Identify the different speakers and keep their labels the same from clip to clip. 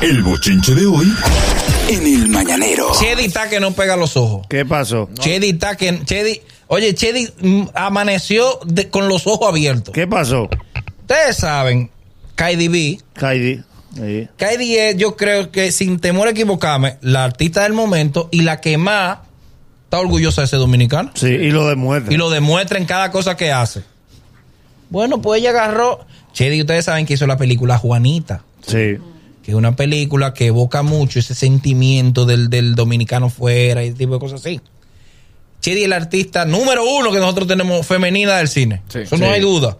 Speaker 1: El bochinche de hoy en el mañanero.
Speaker 2: Chedi está que no pega los ojos.
Speaker 3: ¿Qué pasó?
Speaker 2: Chedi está que. Chedi, oye, Chedi mm, amaneció de- con los ojos abiertos.
Speaker 3: ¿Qué pasó?
Speaker 2: Ustedes saben, Cardi B.
Speaker 3: Heidi. Sí.
Speaker 2: Cardi es, yo creo que sin temor a equivocarme, la artista del momento y la que más está orgullosa de ser dominicana.
Speaker 3: Sí, y lo demuestra.
Speaker 2: Y lo demuestra en cada cosa que hace. Bueno, pues ella agarró. Chedi, ustedes saben que hizo la película Juanita.
Speaker 3: Sí.
Speaker 2: que es una película que evoca mucho ese sentimiento del, del dominicano fuera y ese tipo de cosas así. Chedi, el artista número uno que nosotros tenemos femenina del cine.
Speaker 4: Sí.
Speaker 2: Eso no
Speaker 3: Sí.
Speaker 2: hay duda.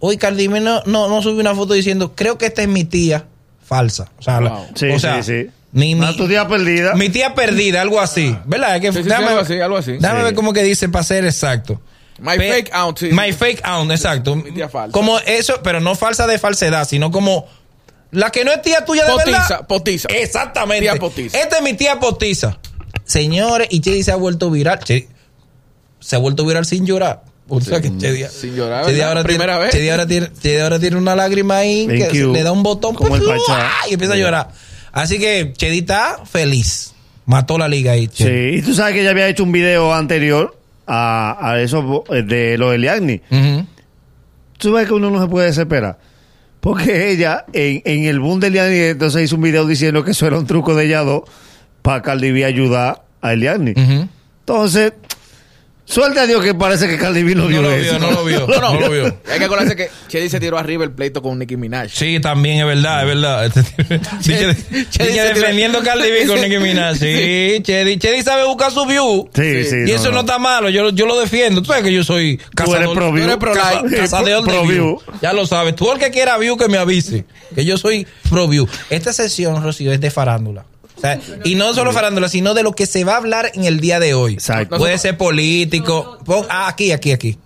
Speaker 2: Hoy Cardi B no, no, no subió una foto diciendo, creo que esta es mi tía falsa. O sea, la-
Speaker 4: Wow.
Speaker 3: Sí,
Speaker 2: o sea,
Speaker 3: sí, sí.
Speaker 2: Mi, mi-
Speaker 3: Ah, tu tía perdida.
Speaker 2: mi tía perdida, algo así. ¿Verdad? Es que,
Speaker 4: Ah. Sí, sí, sí,
Speaker 2: déjame-
Speaker 4: algo así, algo así.
Speaker 2: déjame
Speaker 3: Sí.
Speaker 2: ver cómo que dice para ser exacto.
Speaker 4: My
Speaker 2: Pe-
Speaker 4: fake aunt, sí.
Speaker 2: My fake aunt, exacto.
Speaker 4: Mi tía falsa.
Speaker 2: Como eso, pero no falsa de falsedad, sino como la que no es tía tuya de
Speaker 4: Potiza,
Speaker 2: verdad.
Speaker 4: potiza.
Speaker 2: Exactamente.
Speaker 4: Tía potiza.
Speaker 2: Esta es mi tía potiza. Señores, y Chedi se ha vuelto viral. Chedi- se ha vuelto viral sin llorar. O sea que Chedi-
Speaker 4: Sin llorar,
Speaker 2: Chedi
Speaker 4: ¿verdad?
Speaker 2: ahora
Speaker 4: Primera
Speaker 2: tiene,
Speaker 4: vez.
Speaker 2: Chedi ahora tiene, Chedi ahora tiene una lágrima ahí
Speaker 3: Thank
Speaker 2: que
Speaker 3: you.
Speaker 2: le da un botón
Speaker 3: Como el Pachá.
Speaker 2: y empieza a llorar. Así que Chedi está feliz. Mató la liga ahí. Chedi.
Speaker 3: Sí. Y tú sabes que ya había hecho un video anterior a, a eso bo- eh, de lo de Liagni.
Speaker 2: Ujú.
Speaker 3: Tú ves que uno no se puede desesperar. Porque ella, en, en el boom de Liagni, entonces hizo un video diciendo que eso era un truco de ella dos para Cardi B ayudar a Liagni.
Speaker 2: Ujú.
Speaker 3: Entonces, suelta a Dios que parece que Cardi B lo
Speaker 2: No
Speaker 3: vio.
Speaker 2: lo
Speaker 3: eso.
Speaker 2: vio, no lo vio.
Speaker 4: No, no,
Speaker 2: No lo vio.
Speaker 4: Hay que acordarse que Chedi se tiró arriba el pleito con Nicki Minaj.
Speaker 2: Sí, también es verdad, es verdad. Dije,
Speaker 4: Chedi
Speaker 2: dije
Speaker 4: se
Speaker 2: defendiendo a
Speaker 4: tira-
Speaker 2: Cardi B con Nicki Minaj. Sí, Chedi, Chedi sabe buscar su view.
Speaker 3: Sí, sí.
Speaker 2: y eso no, está malo, yo, yo lo defiendo. Tú sabes que yo soy cazador.
Speaker 3: eres pro
Speaker 2: tú
Speaker 3: view.
Speaker 2: pro caza-
Speaker 3: Sí,
Speaker 2: cazador de
Speaker 3: pro
Speaker 2: view.
Speaker 3: view.
Speaker 2: Ya lo sabes. Tú el que quiera view que me avise. Que yo soy pro view. Esta sesión, Rocío, es de farándula. O sea, y no solo farándula, sino de lo que se va a hablar en el día de hoy.
Speaker 3: Exacto.
Speaker 2: Puede ser político. Pon- ah, aquí, aquí, aquí.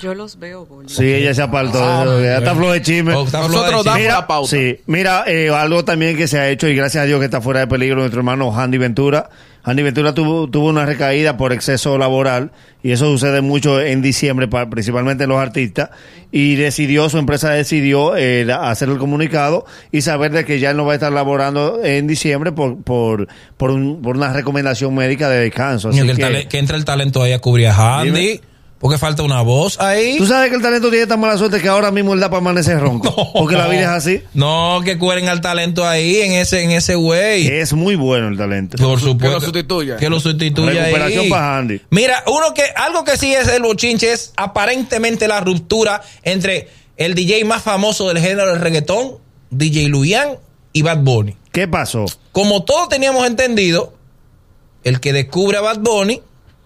Speaker 5: Yo los veo, boludo.
Speaker 3: Sí, ella se apartó.
Speaker 2: Ah,
Speaker 3: de eso,
Speaker 2: hombre.
Speaker 3: ya está flojo de chisme.
Speaker 2: Oh, está flojo de chisme.
Speaker 4: Nosotros damos
Speaker 3: Mira,
Speaker 4: la pauta.
Speaker 3: Sí, mira, eh, algo también que se ha hecho y gracias a Dios que está fuera de peligro nuestro hermano Andy Ventura. Andy Ventura tuvo, tuvo una recaída por exceso laboral y eso sucede mucho en diciembre, pa- principalmente en los artistas. Y decidió, su empresa decidió eh, da- hacer el comunicado y saber de que ya él no va a estar laborando en diciembre por por, por, un- por una recomendación médica de descanso. Así
Speaker 2: Coño, que, el
Speaker 3: que-
Speaker 2: tale- que entra el talento ahí a cubrir a Handy.
Speaker 3: Dime.
Speaker 2: Porque falta una voz ahí.
Speaker 3: Tú sabes que el talento tiene tan mala suerte que ahora mismo él da para amanecer ronco. Porque la vida es así.
Speaker 2: No, que cueren al talento ahí en ese, en ese güey.
Speaker 3: Es muy bueno el talento.
Speaker 2: Por supuesto.
Speaker 4: lo sustituya.
Speaker 2: Que lo sustituya.
Speaker 3: Recuperación
Speaker 2: ahí.
Speaker 3: para Handy.
Speaker 2: Mira, uno que, algo que sí es el bochinche es aparentemente la ruptura entre el DJ más famoso del género del reggaetón, DJ Luyan y Bad Bunny.
Speaker 3: ¿Qué pasó?
Speaker 2: Como todos teníamos entendido, el que descubre a Bad Bunny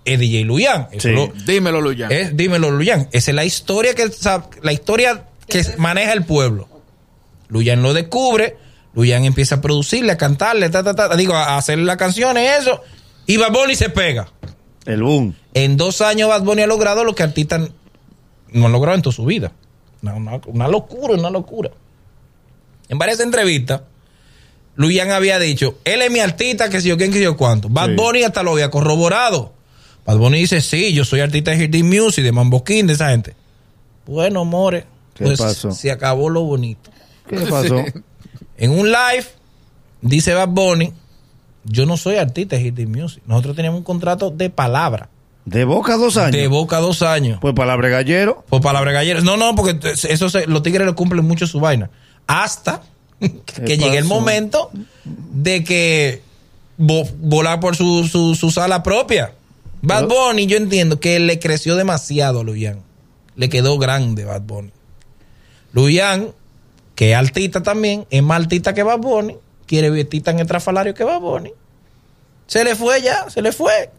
Speaker 2: es DJ Luyan. Eso
Speaker 3: Sí.
Speaker 2: lo-
Speaker 4: Dímelo, Luyan.
Speaker 2: es- dímelo, Luyan. Esa es la historia que, sa- la historia que maneja el pueblo. Luyan lo descubre, Luyan empieza a producirle, a cantarle, ta, ta, ta, digo, a hacer las canciones, eso, y Bad Bunny se pega.
Speaker 3: El boom.
Speaker 2: En dos años Bad Bunny ha logrado lo que artistas no han logrado en toda su vida. Una, una- una locura, una locura. En varias entrevistas, Luyan había dicho, él es mi artista, que si yo quién, que si yo cuánto. Bad
Speaker 3: Sí.
Speaker 2: Bunny hasta lo había corroborado. Bad Bunny dice, sí, yo soy artista de Hirty Music, de Mambo King, de esa gente. Bueno, more,
Speaker 3: ¿Qué
Speaker 2: pues
Speaker 3: pasó?
Speaker 2: se acabó lo bonito.
Speaker 3: ¿Qué pasó?
Speaker 2: En un live, dice Bad Bunny, yo no soy artista de Hirty Music. Nosotros teníamos un contrato de palabra.
Speaker 3: De boca dos años.
Speaker 2: De boca dos años.
Speaker 3: pues palabra gallero.
Speaker 2: Por palabra gallera. No, no, porque eso se- los tigres lo cumplen mucho su vaina. Hasta que llegue el
Speaker 3: pasó?
Speaker 2: momento de que vo- volar por su, su- su sala propia. Bad Bunny, yo entiendo que le creció demasiado a Luyan. Le quedó grande Bad Bunny. Luyan, que es altita también, es más altita que Bad Bunny, quiere vestir tan estrafalario que Bad Bunny. Se le fue ya, se le fue.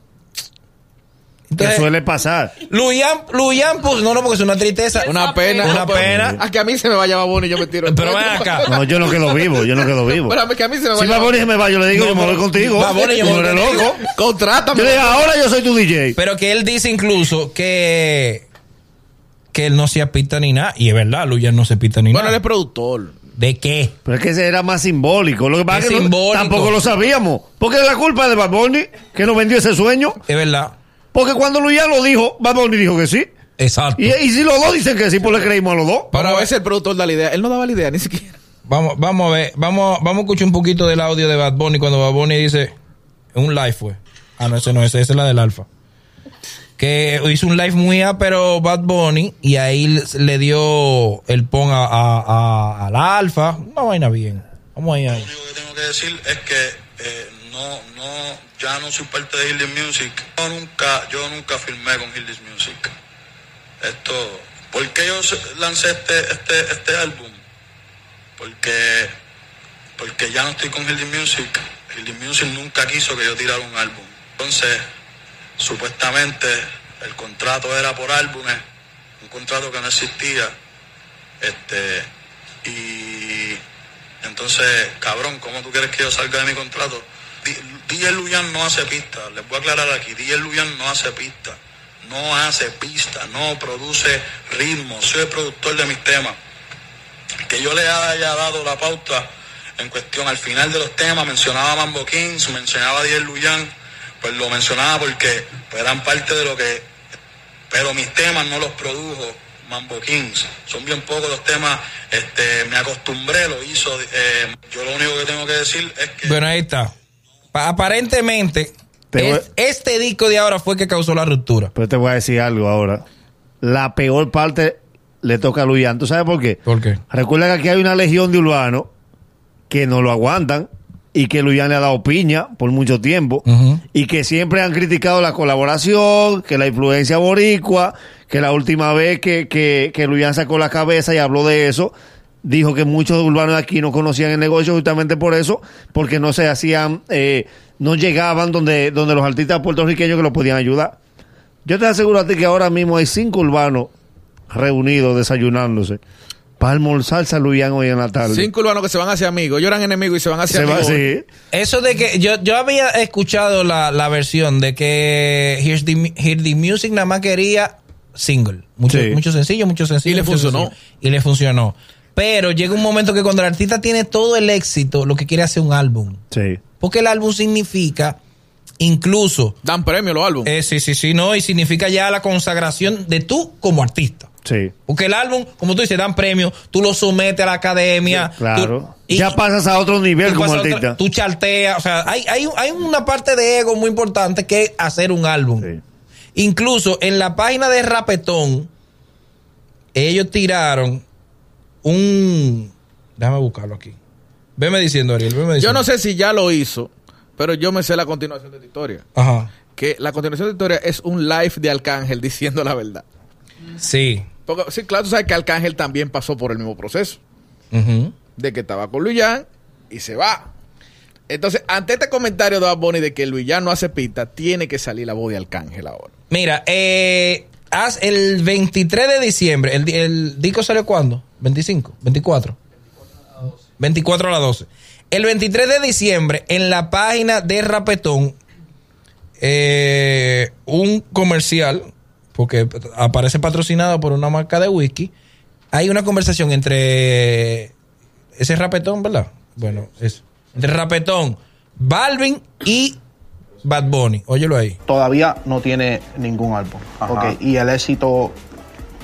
Speaker 3: que suele pasar.
Speaker 2: Luyan, Luyan, pues no, no, porque es una tristeza.
Speaker 4: Una pena.
Speaker 2: Una pena.
Speaker 4: A que a mí se me vaya Baboni y yo me tiro.
Speaker 2: Pero ven acá.
Speaker 3: No, yo no quedo vivo, yo no quedo vivo.
Speaker 4: Pero a mí- que a mí se me
Speaker 3: Si
Speaker 4: vaya
Speaker 3: Baboni se me va, yo le digo,
Speaker 2: No,
Speaker 3: yo me voy
Speaker 2: pero-
Speaker 3: contigo.
Speaker 2: Bad Bunny, yo
Speaker 3: Tú
Speaker 2: me voy
Speaker 3: eres
Speaker 2: contigo.
Speaker 3: loco.
Speaker 4: Contrátame.
Speaker 3: Yo le digo, ahora yo soy tu DJ.
Speaker 2: Pero que él dice incluso que que él no se apita ni nada. Y es verdad, Luyan no se pita ni
Speaker 4: Bueno, él es
Speaker 2: nada.
Speaker 4: productor.
Speaker 2: ¿De qué?
Speaker 3: Pero es que ese era más simbólico. Lo que pasa
Speaker 2: Es
Speaker 3: es que no-
Speaker 2: simbólico.
Speaker 3: tampoco lo sabíamos. Porque es la culpa de Baboni que nos vendió ese sueño.
Speaker 2: Es verdad.
Speaker 3: Porque cuando Luis lo dijo, Baboni dijo que sí.
Speaker 2: Exacto.
Speaker 3: Y, y si los dos dicen que sí, pues le creímos a los dos.
Speaker 4: Pero a veces el productor da la idea. Él no daba la idea ni siquiera.
Speaker 2: Vamos, vamos a ver, vamos, vamos a escuchar un poquito del audio de Bad Bunny cuando Bad Bunny dice un live fue. Ah, no, ese no, ese, esa es la del Alfa. Que hizo un live muy a pero Bad Bunny y ahí le dio el pon a, a, a- al Alfa. Una vaina bien. Vamos ahí, ahí.
Speaker 6: Lo único que tengo que decir es que eh, no, no, ya no soy parte de Hildes Music. Yo nunca, yo nunca firmé con Hildes Music. Esto, ¿por qué yo se- lancé este, este, este álbum? Porque, porque ya no estoy con Hildes Music. Hildes Music nunca quiso que yo tirara un álbum. Entonces, supuestamente el contrato era por álbumes, un contrato que no existía. Este, y entonces, cabrón, ¿cómo tú quieres que yo salga de mi contrato? Di- DJ Luyan no hace pista, les voy a aclarar aquí, DJ Luyan no hace pista, no hace pista, no produce ritmo, soy el productor de mis temas. Que yo le haya dado la pauta en cuestión al final de los temas, mencionaba Mambo Kings, mencionaba DJ Luyan, pues lo mencionaba porque pues, eran parte de lo que pero mis temas no los produjo Mambo Kings. Son bien pocos los temas, este, me acostumbré, lo hizo. eh, yo lo único que tengo que decir es que...
Speaker 2: Bueno, ahí está. Pa- aparentemente,
Speaker 3: Te
Speaker 2: es-
Speaker 3: voy-
Speaker 2: este disco de ahora fue que causó la ruptura.
Speaker 3: Pero te voy a decir algo ahora. La peor parte le toca a Luyan. ¿Tú sabes por qué?
Speaker 2: ¿Por qué?
Speaker 3: Recuerda que aquí hay una legión de urbanos que no lo aguantan y que Luyan le ha dado piña por mucho tiempo
Speaker 2: Ujú.
Speaker 3: y que siempre han criticado la colaboración, que la influencia boricua, que la última vez que, que, que Luyan sacó la cabeza y habló de eso, dijo que muchos urbanos de aquí no conocían el negocio justamente por eso, porque no se hacían, eh, no llegaban donde, donde los artistas puertorriqueños que los podían ayudar. Yo te aseguro a ti que ahora mismo hay cinco urbanos reunidos desayunándose para almorzar a Luyan hoy en la tarde.
Speaker 4: Cinco urbanos que se van hacia amigos. Ellos eran enemigos y se van hacia
Speaker 3: Se va
Speaker 4: amigos.
Speaker 3: así.
Speaker 2: Eso de que yo, yo había escuchado la, la versión de que Here's the, Mu- Here's the Music nada más quería single. Mucho,
Speaker 3: Sí.
Speaker 2: mucho sencillo, mucho sencillo.
Speaker 4: Y le
Speaker 2: mucho
Speaker 4: funcionó.
Speaker 2: sencillo. Y le funcionó. Pero llega un momento que cuando el artista tiene todo el éxito, lo que quiere es hacer un álbum.
Speaker 3: Sí.
Speaker 2: Porque el álbum significa incluso...
Speaker 4: Dan premio los álbumes.
Speaker 2: eh, sí, sí, sí, no, y significa ya la consagración de tú como artista.
Speaker 3: Sí.
Speaker 2: Porque el álbum, como tú dices, dan premios, tú lo sometes a la academia.
Speaker 3: Claro.
Speaker 2: tú- y-
Speaker 3: ya pasas a otro nivel
Speaker 2: tú
Speaker 3: como
Speaker 2: pasas otra-
Speaker 3: artista.
Speaker 2: tú charteas. O sea, hay, hay, hay una parte de ego muy importante que es hacer un álbum.
Speaker 3: Sí.
Speaker 2: Incluso en la página de Rapetón, ellos tiraron un. Déjame buscarlo aquí. Veme diciendo, Ariel. Veme
Speaker 4: Yo
Speaker 2: diciendo.
Speaker 4: no sé si ya lo hizo, pero yo me sé la continuación de la historia.
Speaker 2: Ajá.
Speaker 4: Que la continuación de la historia es un live de Arcángel diciendo la verdad.
Speaker 2: Sí.
Speaker 4: Porque, sí, claro, tú sabes que Arcángel también pasó por el mismo proceso.
Speaker 2: Ujú.
Speaker 4: de que estaba con Luyan y se va. Entonces, ante este comentario de Bad Bunny de que Luyan no hace pista, tiene que salir la voz de Arcángel ahora.
Speaker 2: Mira, eh, haz el 23 de diciembre. ¿El, di- el disco salió cuándo? ¿25? ¿24? 24 a las 12. El 23 de diciembre, en la página de Rapetón, eh, un comercial, porque aparece patrocinado por una marca de whisky, hay una conversación entre ese es Rapetón, ¿verdad? Bueno, eso. Entre Rapetón, Balvin y Bad Bunny. Óyelo ahí.
Speaker 7: todavía no tiene ningún álbum. Ok, y el éxito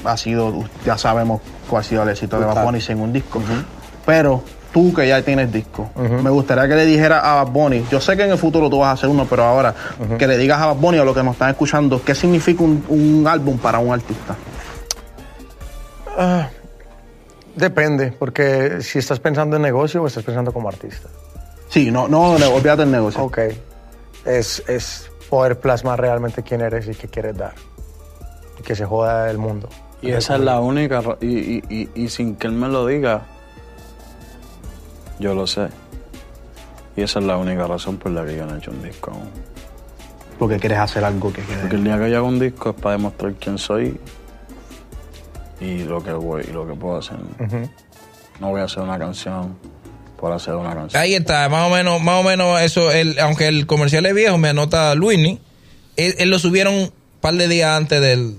Speaker 7: ha sido, ya sabemos cuál ha sido el éxito de Bad Bunny sin un disco. Pero tú que ya tienes disco, me gustaría que le dijeras a Bad Bunny, yo sé que en el futuro tú vas a hacer uno, pero ahora que le digas a Bad Bunny a los que nos están escuchando, ¿qué significa un, un álbum para un artista?
Speaker 8: Ah, Depende, porque si estás pensando en negocio o estás pensando como artista.
Speaker 7: Sí, no, no, no, olvídate del negocio.
Speaker 8: Ok. Es, es poder plasmar realmente quién eres y qué quieres dar. Y que se joda el mundo.
Speaker 9: Y esa es la única, ra- y, y- y- y sin que él me lo diga, yo lo sé. Y esa es la única razón por la que yo no he hecho un disco aún.
Speaker 7: Porque quieres hacer algo que
Speaker 9: Porque el día que yo haga un disco es para demostrar quién soy y lo que voy, y lo que puedo hacer. No voy a hacer una canción por hacer una canción.
Speaker 2: Ahí está, más o menos, más o menos eso, el, aunque el comercial es viejo, me anota Luini. Él, él lo subieron un par de días antes del,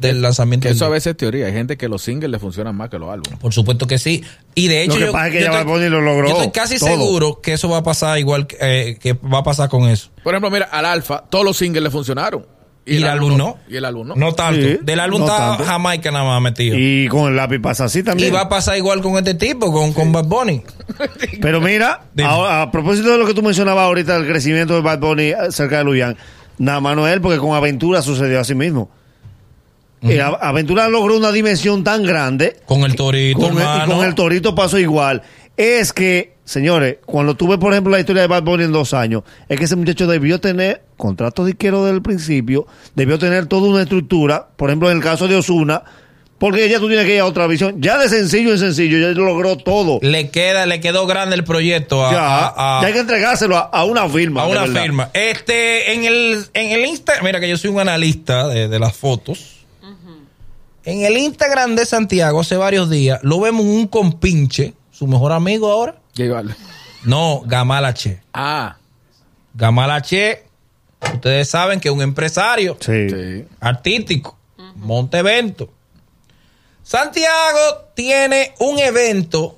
Speaker 2: del lanzamiento.
Speaker 4: Que
Speaker 2: del
Speaker 4: eso a
Speaker 2: disco.
Speaker 4: veces es teoría. Hay gente que los singles le funcionan más que los álbumes.
Speaker 2: Por supuesto que sí. Y de hecho,
Speaker 3: Lo que pasa es que ya
Speaker 2: estoy-
Speaker 3: Bad Bunny lo logró
Speaker 2: yo estoy casi
Speaker 3: todo.
Speaker 2: seguro que eso va a pasar igual que, eh, que va a pasar con eso.
Speaker 4: Por ejemplo, mira, al Alfa, todos los singles le funcionaron.
Speaker 2: Y, el álbum no.
Speaker 4: Y el álbum no.
Speaker 2: No tanto.
Speaker 3: Sí,
Speaker 2: Del álbum
Speaker 3: no
Speaker 2: está
Speaker 3: tanto.
Speaker 2: Jamaica nada más metido. Y,
Speaker 3: Y con el lápiz pasa así también.
Speaker 2: va a pasar igual con este tipo, con, con Bad Bunny.
Speaker 3: Pero mira,
Speaker 2: Dime.
Speaker 3: ahora, a propósito de lo que tú mencionabas ahorita, el crecimiento de Bad Bunny eh, cerca de Luyan, nada más no es él, porque con Aventura sucedió así mismo. Eh, A- Aventura logró una dimensión tan grande.
Speaker 2: Con el torito,
Speaker 3: con el- y
Speaker 2: hermano.
Speaker 3: con el torito pasó igual. Es que, señores, cuando tuve, por ejemplo, la historia de Bad Bunny en dos años, es que ese muchacho debió tener contratos de izquierdo desde el principio, debió tener toda una estructura, por ejemplo, en el caso de Osuna, porque ya tú tienes que ir a otra visión. Ya de sencillo en sencillo, ya logró todo.
Speaker 2: Le queda, le quedó grande el proyecto a,
Speaker 3: ya,
Speaker 2: a- a-
Speaker 3: ya hay que entregárselo a, a una firma.
Speaker 2: a
Speaker 3: de
Speaker 2: una
Speaker 3: verdad.
Speaker 2: firma. Este, en el, en el Instagram, mira que yo soy un analista de, de las fotos. En el Instagram de Santiago hace varios días lo vemos un compinche, su mejor amigo ahora.
Speaker 4: J Balvin.
Speaker 2: No, Gamalache.
Speaker 4: Ah.
Speaker 2: Gamalache, ustedes saben que es un empresario.
Speaker 3: Sí.
Speaker 4: Sí.
Speaker 2: artístico, monte evento. Santiago tiene un evento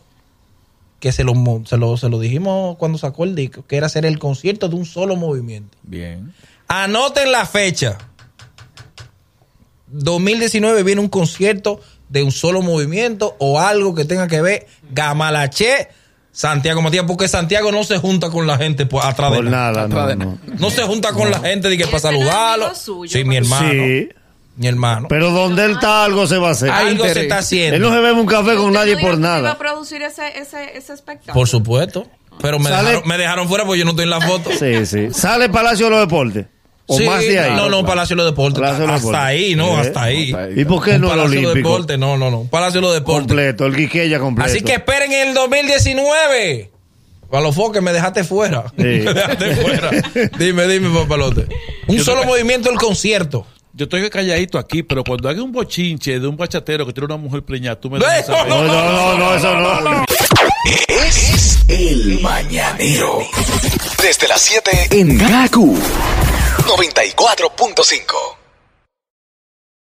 Speaker 2: que se lo, mo- se lo- se lo dijimos cuando sacó el disco, que era hacer el concierto de un solo movimiento.
Speaker 4: Bien.
Speaker 2: Anoten la fecha. 2019 viene un concierto de un solo movimiento o algo que tenga que ver Gamalache, Santiago Matías, porque Santiago no se junta con la gente pues, atrás de
Speaker 3: Por
Speaker 2: nada.
Speaker 3: nada,
Speaker 4: Atrás
Speaker 3: no,
Speaker 4: de
Speaker 3: no.
Speaker 4: nada.
Speaker 2: No se junta con la gente de que para
Speaker 5: Ese Este no es
Speaker 2: saludarlo.
Speaker 5: amigo suyo,
Speaker 2: Sí, mi
Speaker 5: Matías.
Speaker 2: hermano.
Speaker 3: Sí,
Speaker 2: Mi hermano.
Speaker 3: pero donde él está, algo se va a hacer.
Speaker 4: Hay
Speaker 2: algo se
Speaker 4: interés.
Speaker 2: está haciendo.
Speaker 3: Él no se bebe un café con nadie por
Speaker 5: iba
Speaker 3: nada.
Speaker 5: a producir ese, ese, ese espectáculo?
Speaker 2: Por supuesto. Pero me
Speaker 3: Sale-
Speaker 2: dejaron, me dejaron fuera porque yo no estoy en la foto.
Speaker 3: Sí, sí. Sale Palacio de los Deportes. O
Speaker 2: Sí,
Speaker 3: más de ahí.
Speaker 2: No, no, Palacio de los Deportes.
Speaker 3: Palacio de los
Speaker 2: hasta
Speaker 3: Deportes. Eh,
Speaker 2: ahí, no,
Speaker 3: Sí.
Speaker 2: hasta ahí.
Speaker 4: Hasta ahí.
Speaker 3: ¿Y por qué
Speaker 2: Un
Speaker 3: no el
Speaker 2: Palacio de los
Speaker 3: Olímpico?
Speaker 2: Deportes, no, no, no. Palacio de los Deportes.
Speaker 3: Completo, el Guiqueya completo.
Speaker 2: Así que esperen el 2019. Para los foques, me dejaste fuera. me dejaste fuera. Dime, dime, papalote. Un solo movimiento del concierto.
Speaker 10: Yo estoy calladito aquí, pero cuando haga un bochinche de un bachatero que tiene una mujer preñada, tú me das
Speaker 2: No,
Speaker 10: esa
Speaker 3: No, no, no, no, eso no.
Speaker 1: Es el mañanero. Desde las 7 en GACU 94.5.